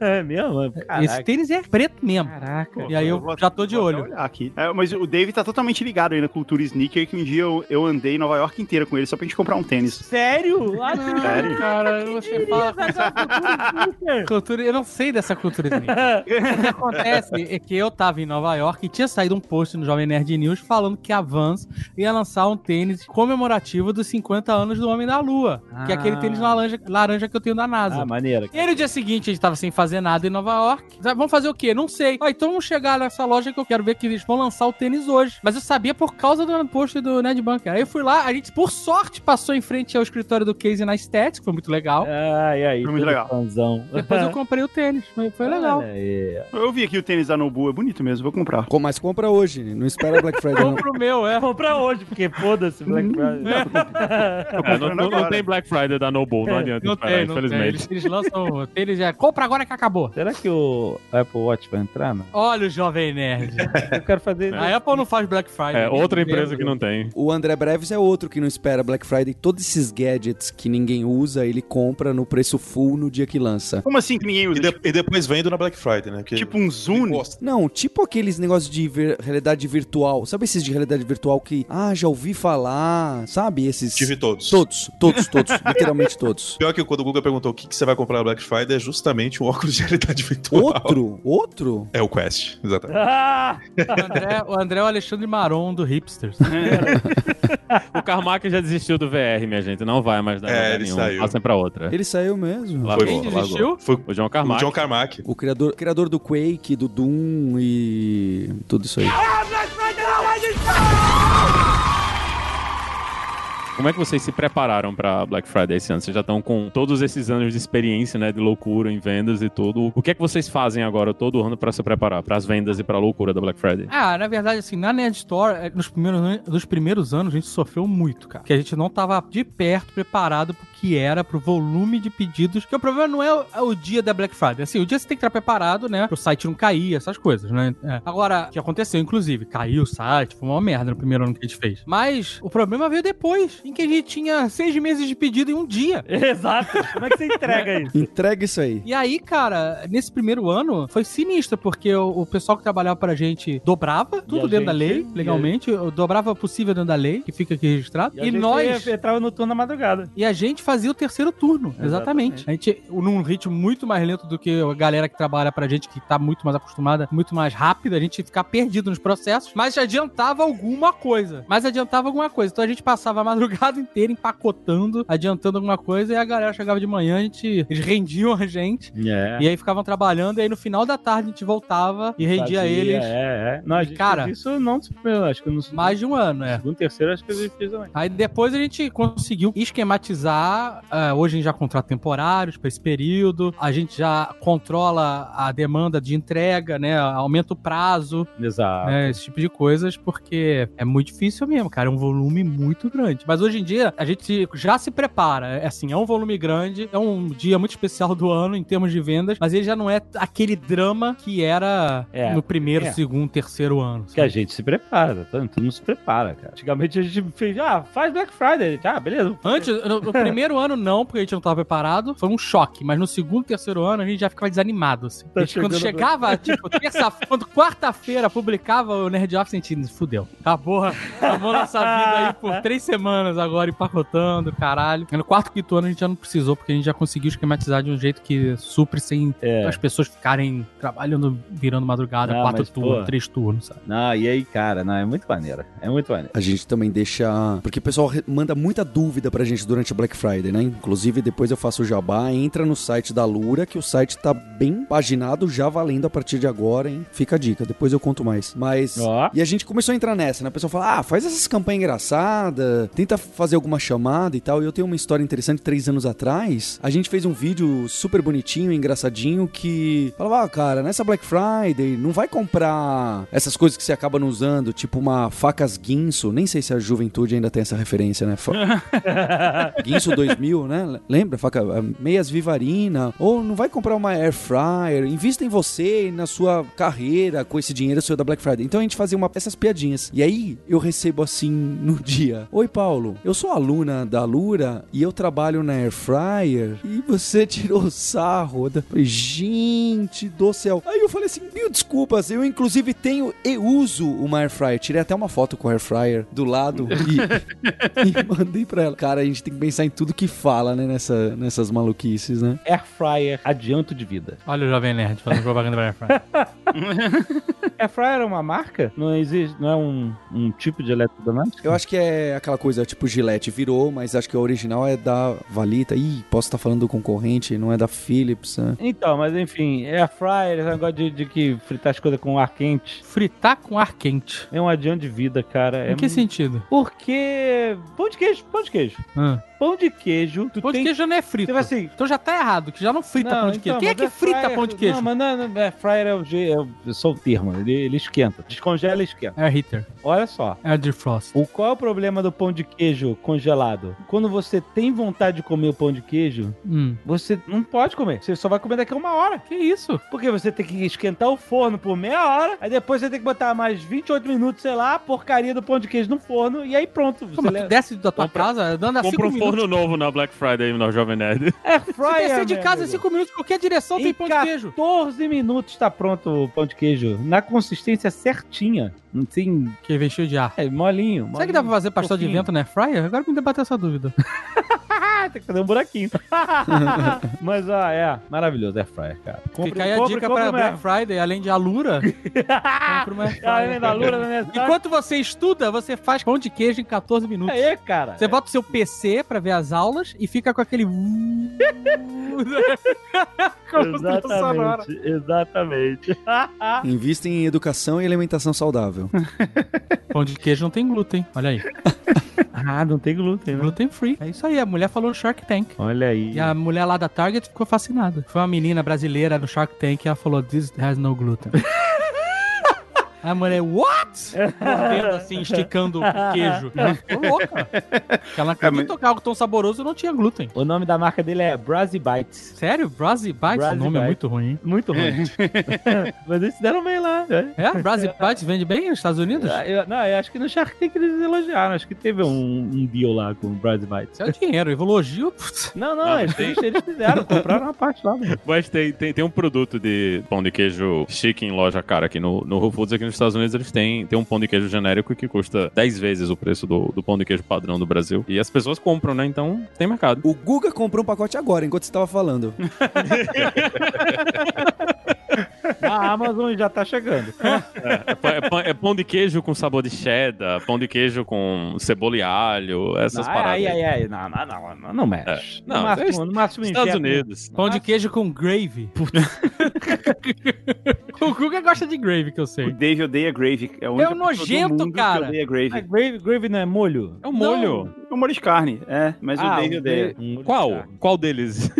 É mesmo? Caraca. Esse tênis é preto mesmo. Caraca. E aí eu vou- já tô de vou olho. até olhar aqui. É, mas o Dave tá totalmente ligado aí na cultura sneaker, que um dia eu, eu andei em Nova York inteira com ele só pra gente comprar um tênis. Sério? Ah, Sério? Cara, você fala com essa cultura, cultura. Eu não sei dessa cultura sneaker. o que acontece é que eu tava em Nova York e tinha saído um post no Jovem Nerd News falando que a Vans ia lançar um tênis comemorativo dos 50 anos do Homem da Lua. Que é aquele Ah. tênis laranja, laranja que eu tenho da NASA. ah maneira. E aí no dia seguinte a gente tava sem fazer nada em Nova York. Ah, Vamos fazer o quê? Não sei. Ah, então vamos chegar nessa loja que eu quero ver que eles vão lançar o tênis hoje. Mas eu sabia por causa do post do Ned Bunker. Aí eu fui lá, a gente por sorte passou em frente ao escritório do Casey na Stats, que foi muito legal. Ai, ai. Foi muito todo legal. Fãzão. Depois eu comprei o tênis, foi foi legal. Olha aí. Eu vi aqui o tênis da Nobu, é bonito mesmo, vou comprar. Com- Mas compra hoje, né? não espera Black Friday não. Compro o meu, é. Comprar hoje, porque foda-se, Black Hum. Friday. Tô É, não, comprando não- não agora. tem Black Friday da Nobu, não adianta Não esperar, tem, não tem. infelizmente. Eles, eles lançam o tênis, é compra agora que acabou. Será que o Apple Watch vai entrar? Não? Olha o jovem nerd. Eu quero fazer. É. A Apple não faz Black Friday. É, outra Meu empresa Deus. que não tem. O André Breves é outro que não espera Black Friday. Todos esses gadgets que ninguém usa, ele compra no preço full no dia que lança. Como assim que ninguém É, E, usa? de- e depois vendo na Black Friday, né? Porque Tipo um ele Zune? gosta. Não, tipo aqueles negócios de vir- realidade virtual. Sabe esses de realidade virtual que, ah, já ouvi falar, sabe? Esses. Tive todos. Todos, todos, todos, literalmente todos. Pior que quando o Google perguntou o que, que você vai comprar na Black Friday é justamente um óculos de realidade virtual. Outro? Outro? É o Quest, exatamente. Ah! O André, o André é o Alexandre Maron do Hipsters. O Carmack já desistiu do VR, minha gente. Não vai mais dar É, lugar ele nenhum. saiu. Passem pra outra. Ele saiu mesmo. Largou, Quem largou. desistiu? Foi O John o Carmack. John Carmack. O criador, criador do Quake, do Doom e tudo isso aí. Como é que vocês se prepararam pra Black Friday esse ano? Vocês já estão com todos esses anos de experiência, né, de loucura em vendas e tudo. O que é que vocês fazem agora todo ano pra se preparar para as vendas e pra loucura da Black Friday? Ah, na verdade, assim, na Nerd Store, eh, nos primeiros, an- nos primeiros anos, a gente sofreu muito, cara. Porque a gente não tava de perto preparado pro que era, pro volume de pedidos. Que o problema não é o, é o dia da Black Friday. Assim, o dia você tem que estar preparado, né? Pro site não cair, essas coisas, né? É. Agora, o que aconteceu, inclusive? Caiu o site, foi uma merda no primeiro ano que a gente fez. Mas o problema veio depois, em que a gente tinha seis meses de pedido em um dia. Exato. Como é que você entrega isso? Entrega isso aí. E aí, cara, nesse primeiro ano foi sinistro, porque o, o pessoal que trabalhava pra gente dobrava, tudo a dentro da gente- lei, e a- legalmente, eu dobrava o possível dentro da lei, que fica aqui registrado. E, a gente nós. ia- entrava no turno na madrugada. E a gente fazia o terceiro turno, exatamente. Exatamente. A gente, num ritmo muito mais lento do que a galera que trabalha pra gente, que tá muito mais acostumada, muito mais rápida, a gente ficar perdido nos processos, mas adiantava alguma coisa. Mas adiantava alguma coisa. Então a gente passava a madrugada inteira empacotando, adiantando alguma coisa, e a galera chegava de manhã, a gente, eles rendiam a gente. É. E aí ficavam trabalhando, e aí no final da tarde a gente voltava e rendia Fazia, eles É, é. Não, a E, gente cara- fez isso não no primeiro, acho que no mais de um ano, no é. segundo, terceiro, acho que a gente fez também. Aí depois a gente conseguiu esquematizar. ah, hoje a gente já contrata temporários para esse período. A gente já controla a demanda de entrega, né? Aumenta o prazo, Exato. né? Esse tipo de coisas, porque é muito difícil mesmo, cara. É um é volume muito grande. Mas hoje em dia a gente já se prepara. É assim, é um volume grande, é um dia muito especial do ano em termos de vendas, mas ele já não é aquele drama que era É. no primeiro, É. segundo, terceiro ano. Que a sabe? gente se prepara, tanto não se prepara, cara. Antigamente a gente fez, ah, faz Black Friday, ah, beleza. Antes, no, no primeiro ano não, porque a gente não tava preparado, foi um choque, mas no segundo, terceiro ano a gente já ficava desanimado, assim. Tá A gente, quando chegando- chegava, tipo, terça, quando quarta-feira publicava o Nerd Office, a gente, fudeu. Acabou, acabou nossa vida aí por três semanas agora, empacotando, caralho. No quarto, quinto ano a gente já não precisou, porque a gente já conseguiu esquematizar de um jeito que supre sem É. as pessoas ficarem trabalhando, virando madrugada, Ah, quatro mas, turnos, pô. três turnos, sabe? Não, e aí, cara, não, é muito maneiro. É muito maneiro. A gente também deixa. Porque o pessoal re- manda muita dúvida pra gente durante a Black Friday, né? Inclusive, depois eu faço o jabá. Entra no site da Lura, que o site tá bem paginado, já valendo a partir de agora, hein? Fica a dica, depois eu conto mais. Mas. Ó. E a gente começou a entrar nessa, né? O pessoal fala, ah, faz essas campanhas engraçadas, tenta fazer alguma chamada e tal. E eu tenho uma história interessante, três anos atrás, a gente fez um vídeo super bonitinho, engraçadinho, que falava, ah, cara, nessa Black Friday, não vai comprar essas coisas que você acaba não usando, tipo uma facas guinso, nem sei se a juventude ainda tem essa referência, né? Fa- Guinso 2000, né? Lembra? Faca, meias Vivarina. Ou não vai comprar uma Air Fryer. Invista em você e na sua carreira com esse dinheiro seu da Black Friday. Então a gente fazia uma, essas piadinhas. E aí eu recebo assim no dia: Oi, Paulo. Eu sou aluna da Lura e eu trabalho na Air Fryer. E você tirou sarro. Eu falei, gente do céu. Aí eu falei assim: Mil desculpas. Eu, inclusive, tenho e uso uma Air Fryer. Tirei até uma foto com a Air Fryer do lado e e mandei pra ela. Cara, a gente tem que pensar em tudo que fala, né? Nessa, nessas maluquices, né? Air Fryer, adianto de vida. Olha o Jovem Nerd fazendo propaganda pra Air Fryer. Air Fryer é uma marca? Não existe, não é um, um tipo de eletrodoméstico? Eu acho que é aquela coisa, tipo, Gillette virou, mas acho que a original é da Valita. Ih, posso estar falando do concorrente, não é da Philips, né? Então, mas enfim, Air Fryer, esse negócio de, de que fritar as coisas com ar quente Fritar com ar quente. é um adianto de vida, cara. é em que um- sentido? Hum. Porque. Pão de queijo, pão de queijo. Hã? Pão de queijo, tu Pão tem de queijo não é frito. Você vai assim. Então já tá errado, que já não frita não, pão de queijo. então, Quem é mas que air frita fryer- pão de queijo? Não, mas não, não, air fryer é, o, je- é o- só o termo, ele, ele esquenta. Descongela e esquenta. É hitter, Olha só. é defrost. O, qual é o problema do pão de queijo congelado? Quando você tem vontade de comer o pão de queijo, Hum. você não pode comer. Você só vai comer daqui a uma hora. Que isso? Porque você tem que esquentar o forno por meia hora, aí depois você tem que botar mais 28 minutos, sei lá, a porcaria do pão de queijo no forno, e aí pronto. Você Como tu leva- desce da tua Compra- casa, dando a cinco Compra um minutos. forno novo na Black Friday, na Jovem Nerd. Air Se fryer, descer é de meu casa em amigo. 5 minutos, qualquer direção tem Em pão de queijo. 14 minutos tá pronto o pão de queijo. Na consistência certinha. Assim, Que vem cheio de ar. é molinho. Será que dá pra fazer pastel de fofinho. vento na air fryer? Agora me debateu essa dúvida. Ah, tem que fazer um buraquinho. Mas, ó, é maravilhoso Air Fryer, cara. Compre- Fica aí a compre- é. dica compre pra uma- Black Friday, além de alura, compra uma air Além fryer. da lura, né? Enquanto você estuda, você faz pão de queijo em 14 minutos. Aí, cara. Você bota o seu PC pra ver as aulas e fica com aquele. Como Exatamente, exatamente. Invista em educação e alimentação saudável. Pão de queijo não tem glúten, olha aí. ah, não tem glúten, né? Gluten free. É isso aí, a mulher falou no Shark Tank. Olha aí. E a mulher lá da Target ficou fascinada. Foi uma menina brasileira no Shark Tank e ela falou: This has no gluten. A mulher, what? Mordendo assim, esticando o queijo. Ela ficou louca. Porque ela É, mas- acreditou que algo tão saboroso não tinha glúten. O nome da marca dele é Brazy Bites. Sério? Brazy Bites? Esse Brazy nome é Bites. muito ruim, hein? Muito ruim. Mas eles se deram bem lá, né? É? Brazy Bites vende bem nos Estados Unidos? Ah, eu- não, eu acho que no Shark Tank eles elogiaram. Acho que teve um, um deal lá com o Brad Bites. Isso é o dinheiro. Eu elogio. putz. Não, não, Não, eles, tem- eles fizeram, compraram uma parte lá. né? Mas tem, tem, tem um produto de pão de queijo chique em loja cara aqui no, no Whole Foods, aqui nos Estados Unidos, eles têm, tem um pão de queijo genérico que custa 10 vezes o preço do, do pão de queijo padrão do Brasil. E as pessoas compram, né? Então tem mercado. O Guga comprou um pacote agora, enquanto você tava falando. A Amazon já tá chegando. É, pão- é pão- é pão de queijo com sabor de cheddar, pão de queijo com cebola e alho, essas Não, paradas. ai, ai, ai, não, não, não, não, não mexe. É. Não, no máximo, eles- no máximo Estados injeta- Unidos. Pão de queijo com gravy. o Guga gosta de gravy, que eu O sei. Dave odeia Grave. É, a única É um pessoa do nojento, mundo que cara. odeia Ah, Grave. gravy, gravy não é molho? É um molho. Ah, É um molho de carne, é. Mas o Dave um odeia. gra- um molho de Qual? carne. Qual deles?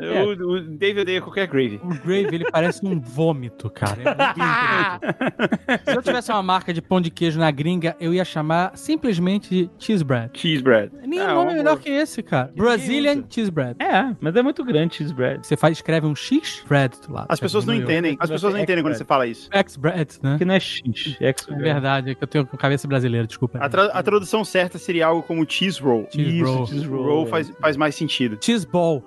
É. O, o David odeia qualquer gravy. O Grave, ele parece um vômito, cara. É muito incrível. Se eu tivesse uma marca de pão de queijo na gringa, eu ia chamar simplesmente de cheese bread. Cheese bread. Nenhum Ah, nome um é melhor amor. que esse, cara. ninguém Brazilian usa. cheese bread. É, mas é muito grande cheese bread. Você faz, escreve um X bread do lado. As pessoas não entendem. As pessoas É não entendem quando você fala isso. um X bread, né? Que não é X, é X. É verdade, é que eu tenho cabeça brasileira, desculpa. A, tra- a tradução certa seria algo como cheese roll. Cheese Isso, roll. cheese roll. Roll faz, faz mais sentido. Cheese ball.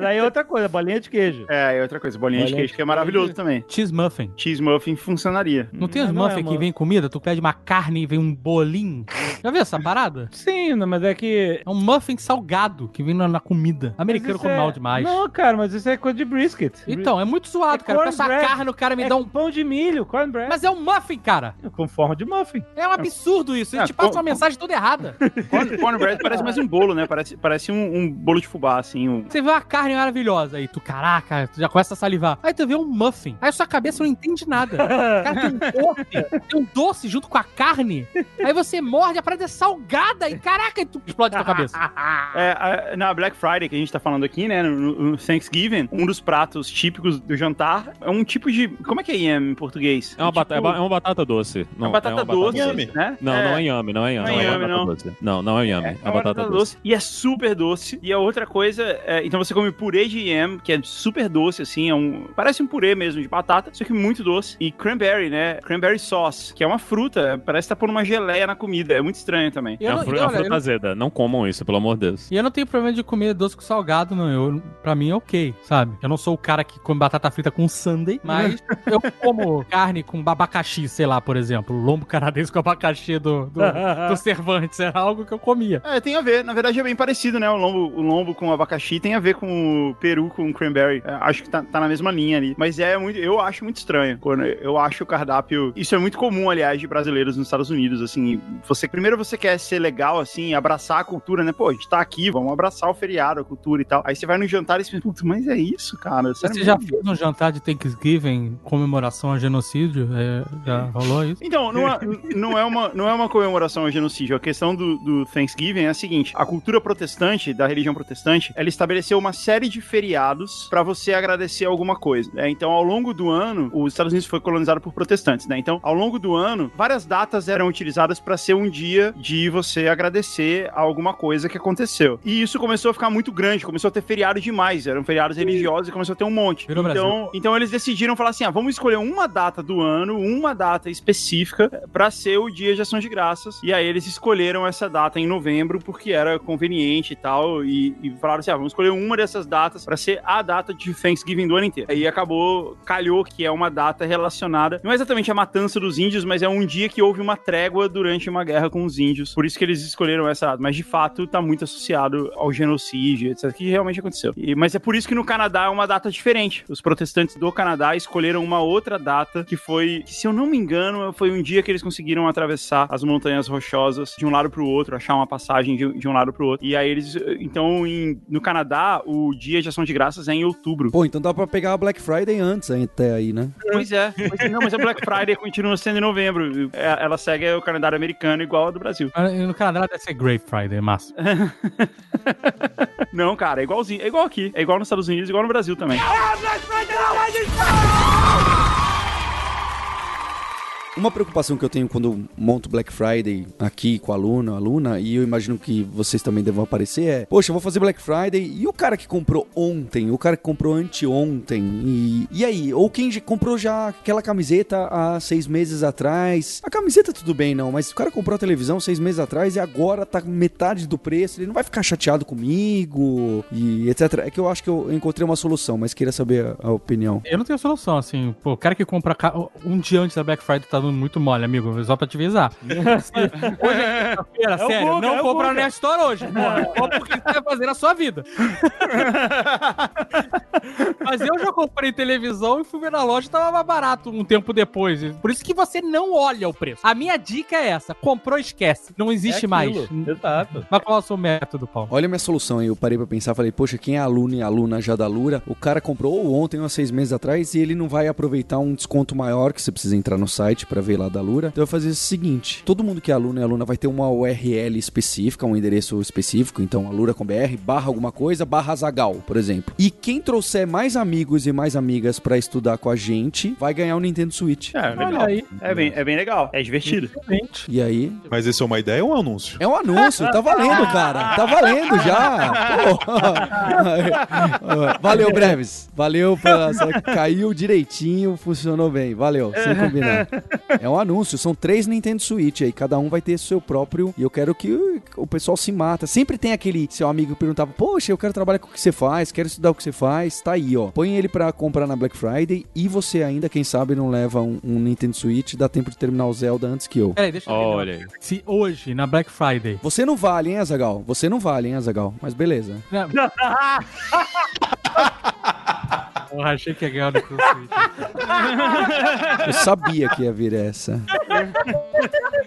Daí é outra coisa, bolinha de queijo. É, e outra coisa, bolinha de Bolinha queijo que é maravilhoso também. Cheese muffin. Cheese muffin funcionaria. Não tem os Não, não muffins é, que mano. vem comida? Tu pede uma carne e vem um bolinho. Já viu essa parada? Sim, não, mas é que... É um muffin salgado que vem na, na comida. Americano come Americano mal demais. é- Não, cara, mas isso é coisa de brisket. Então, é muito zoado, É cara. Eu peço a cornbread. carne, o cara me é dá um. pão de milho, cornbread. Mas é um muffin, cara. Com forma de muffin. É um absurdo isso. Ele Ah, te passa com- uma mensagem toda errada. Corn- Cornbread parece mais um bolo, né? Parece, parece um, um bolo de fubá, assim. Um... Você vê uma carne maravilhosa aí, tu, caraca, tu já começa a salivar. Aí tu vê um muffin. Aí sua cabeça não entende nada. O cara tem um doce, tem um doce junto com a carne. Aí você morde, a parada é salgada e caraca, e tu explode tua cabeça. É, a- na Black Friday que a gente tá falando aqui, né? No, no Thanksgiving, um dos pratos típicos do jantar é um tipo de. Como é que é yam em português? É uma, tipo, batata, é ba- é uma batata doce. Não, uma batata é uma doce, doce. né? Não, não é yami, não é yami. Não é uma yame, batata não. doce. Não, não é yami. É, É, uma batata, doce. E é super doce. E a outra coisa, é, então você come purê de yam, que é super doce, assim, é um, parece um purê mesmo de batata, só que muito doce. E cranberry, né? Cranberry sauce, que é uma fruta, parece que tá pondo uma geleia na comida, é muito estranho também. Eu é não- uma fru- e uma olha, eu fruta não- azeda. Não comam isso, pelo amor de Deus. E eu não tenho problema de comer doce com salgado, não. Eu, pra mim é ok, sabe? Eu não sou o cara que come batata frita com sundae, mas eu como carne com abacaxi, sei lá, por exemplo. Lombo canadense com abacaxi do, do, Ah, do Cervantes. Era algo que eu comia. É, tem a ver. Na verdade é bem parecido, né? O lombo, o lombo com abacaxi tem a ver com o peru com o cranberry. É, acho que tá, tá na mesma linha ali. Mas é muito. Eu acho muito estranho. Quando eu acho o cardápio. Isso é muito comum, aliás, de brasileiros nos Estados Unidos. Assim, você. Primeiro você quer ser legal, assim, abraçar a cultura, né? Pô, a gente tá aqui, vamos abraçar o feriado, a cultura e tal. Aí você vai no jantar e você pensa, putz, mas é isso, cara. Sério Você já mesmo?" fez um jantar de Thanksgiving, comemoração a genocídio? É, já rolou isso? Então, não é, não, é uma, não é uma comemoração ao genocídio. A questão do, do Thanksgiving é a seguinte: a cultura protestante, da religião protestante, ela estabeleceu uma série de feriados pra você agradecer alguma coisa. né? Então, ao longo do ano, os Estados Unidos foi colonizado por protestantes, né? Então, ao longo do ano, várias datas eram utilizadas pra ser um dia de você agradecer a alguma coisa que aconteceu. E isso começou a ficar muito grande, começou a ter feriado demais. Eram feriados religiosos e começou a ter um monte. Virou Brasil. então, então eles decidiram falar assim: ah, vamos escolher uma data do ano, uma data específica, eh, pra ser o dia de ação de graças. E aí eles escolheram essa data em novembro, porque era conveniente e tal. E, e falaram assim: ah, vamos escolher uma dessas datas pra ser a data de Thanksgiving do ano inteiro. Aí acabou, calhou que é uma data relacionada, não é exatamente a matança dos índios, mas é um dia que houve uma trégua durante uma guerra com os índios. Por isso que eles escolheram essa data. Mas de fato tá muito associado ao genocídio, etc. Que realmente aconteceu. E- mas é por isso que no Canadá é uma data diferente. Os protestantes do Canadá escolheram uma outra data que foi, que, se eu não me engano, foi um dia que eles conseguiram atravessar as montanhas rochosas de um lado pro outro, achar uma passagem de, de um lado pro outro. E aí eles, eh, então, em- no Canadá, o dia de ação de graças é em outubro. Pô, então dá pra pegar a Black Friday antes aí, até aí, né? Pois é. Mas, não, mas a Black Friday continua sendo em novembro. É, Ela segue o calendário americano igual ao do Brasil. Ah, e No Canadá deve ser Grey Friday, é massa. Não, cara, é igualzinho. É igual aqui. É igual nos Estados Unidos, igual no Brasil também. Uma preocupação que eu tenho quando eu monto Black Friday aqui com aluno, aluna, e eu imagino que vocês também devam aparecer é, poxa, eu vou fazer Black Friday e o cara que comprou ontem, o cara que comprou anteontem, e, e aí? Ou quem já comprou já aquela camiseta há seis meses atrás? A camiseta tudo bem, não, mas o cara comprou a televisão seis meses atrás e agora tá com metade do preço, ele não vai ficar chateado comigo e etc. É que eu acho que eu encontrei uma solução, mas queria saber a- a opinião. Eu não tenho solução, assim. Pô, o cara que compra ca- um dia antes da Black Friday tá dando muito mole, amigo. Só pra te avisar. hoje é quinta-feira, o sério. Guga, não é o compra Guga. na Store hoje, porra. Compra o que você vai fazer na sua vida. Mas eu já comprei televisão e fui ver na loja e tava mais barato um tempo depois. Por isso que você não olha o preço. A minha dica é essa. Comprou, esquece. Não existe É mais. aquilo, Exato. Mas qual é o seu método, Paulo? Olha a minha solução aí, eu parei pra pensar, falei, poxa, quem é aluno e aluna já da Lura, o cara comprou ontem ou há seis meses atrás e ele não vai aproveitar um desconto maior, que você precisa entrar no site pra ver lá da Lura. Então eu fazia o seguinte: todo mundo que é aluno e aluna vai ter uma URL específica, um endereço específico, então alura com BR, barra alguma coisa, barra Zagal, por exemplo. E quem trouxer mais amigos e mais amigas pra estudar com a gente vai ganhar o Nintendo Switch. É, Olha legal. aí, É bem, é bem legal. É divertido. gente. E aí. Mas isso é uma ideia ou um anúncio? É um anúncio, tá valendo, cara. Tá valendo já. Pô. Valeu, Breves. Valeu, pela... só caiu direitinho, funcionou bem. Valeu, sem combinar. É um anúncio, são três Nintendo Switch aí, cada um vai ter seu próprio. E eu quero que o- o pessoal se mata. Sempre tem aquele seu amigo que perguntava: Poxa, eu quero trabalhar com o que você faz, quero estudar o que você faz. Tá aí, ó. Põe ele pra comprar na Black Friday e você ainda, quem sabe, não leva um, um Nintendo Switch, dá tempo de terminar o Zelda antes que eu. Peraí, deixa eu entender. Olha aí. Se hoje, na Black Friday. Você não vale, hein, Azagal? Você não vale, hein, Azagal? Mas beleza. Não. Eu achei que ia ganhar o Nintendo Switch. Eu sabia que ia vir essa.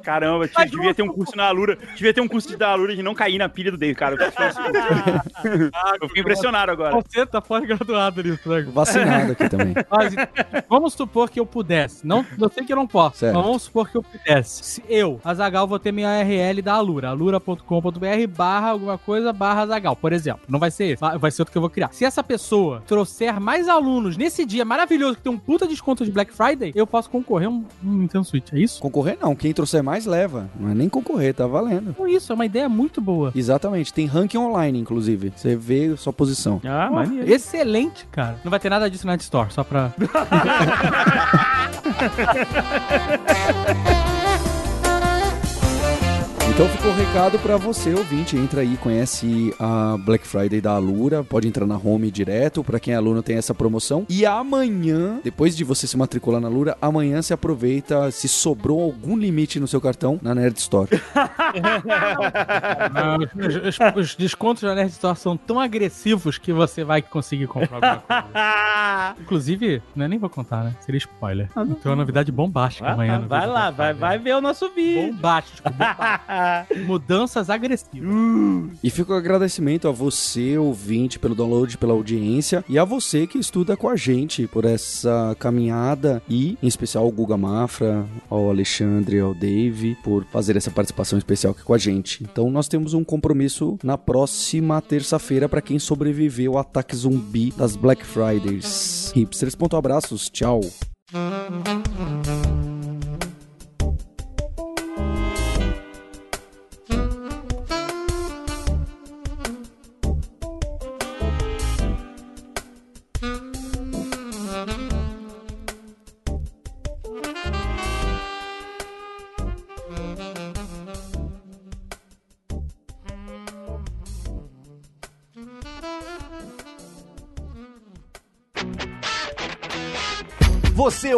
Caramba, tio, devia ter um curso na Alura. Devia ter um curso da Alura de não cair na pilha do Dave, cara. Eu fiquei- Eu fiquei impressionado agora. Você tá pós-graduado nisso, né? Vacinado aqui também. Mas, então, vamos supor que eu pudesse. Não, eu sei que eu não posso, Certo. mas vamos supor que eu pudesse. Se eu, Azagal, vou ter minha URL da Alura, alura.com.br barra alguma coisa barra Azagal, por exemplo. Não vai ser esse, vai- vai ser outro que eu vou criar. Se essa pessoa trouxer mais alunos nesse dia maravilhoso que tem um puta desconto de Black Friday, eu posso concorrer a um, um Nintendo Switch, é isso? Concorrer não, quem trouxer mais leva. Não é nem concorrer, tá valendo. Com isso, é uma ideia muito boa. Exatamente, tem ranking online, inclusive. Você vê a sua posição. Ah, maneiro. Excelente, cara. Não vai ter nada disso na App Store, só pra... Então ficou o recado pra você, ouvinte. Entra aí, conhece a Black Friday da Alura. Pode entrar na home direto. Pra quem é aluno, tem essa promoção. E amanhã, depois de você se matricular na Alura, amanhã se aproveita se sobrou algum limite no seu cartão na Nerd Store. Ah, os, os- os descontos da Nerd Store são tão agressivos que você vai conseguir comprar alguma coisa. Ah, Inclusive, não é nem vou contar, né? Seria spoiler. Então é uma novidade bombástica amanhã. no vai vídeo lá, da vai, Fábio. vai ver o nosso vídeo. Ah. Bombástico. Mudanças agressivas. E fica o agradecimento a você, ouvinte, pelo download, pela audiência, e a você que estuda com a gente por essa caminhada, e em especial ao Guga Mafra, ao Alexandre, ao Dave, por fazer essa participação especial aqui com a gente. Então nós temos um compromisso na próxima terça-feira para quem sobreviveu ao ataque zumbi das Black Fridays. Hipsters, ponto abraços, tchau. Você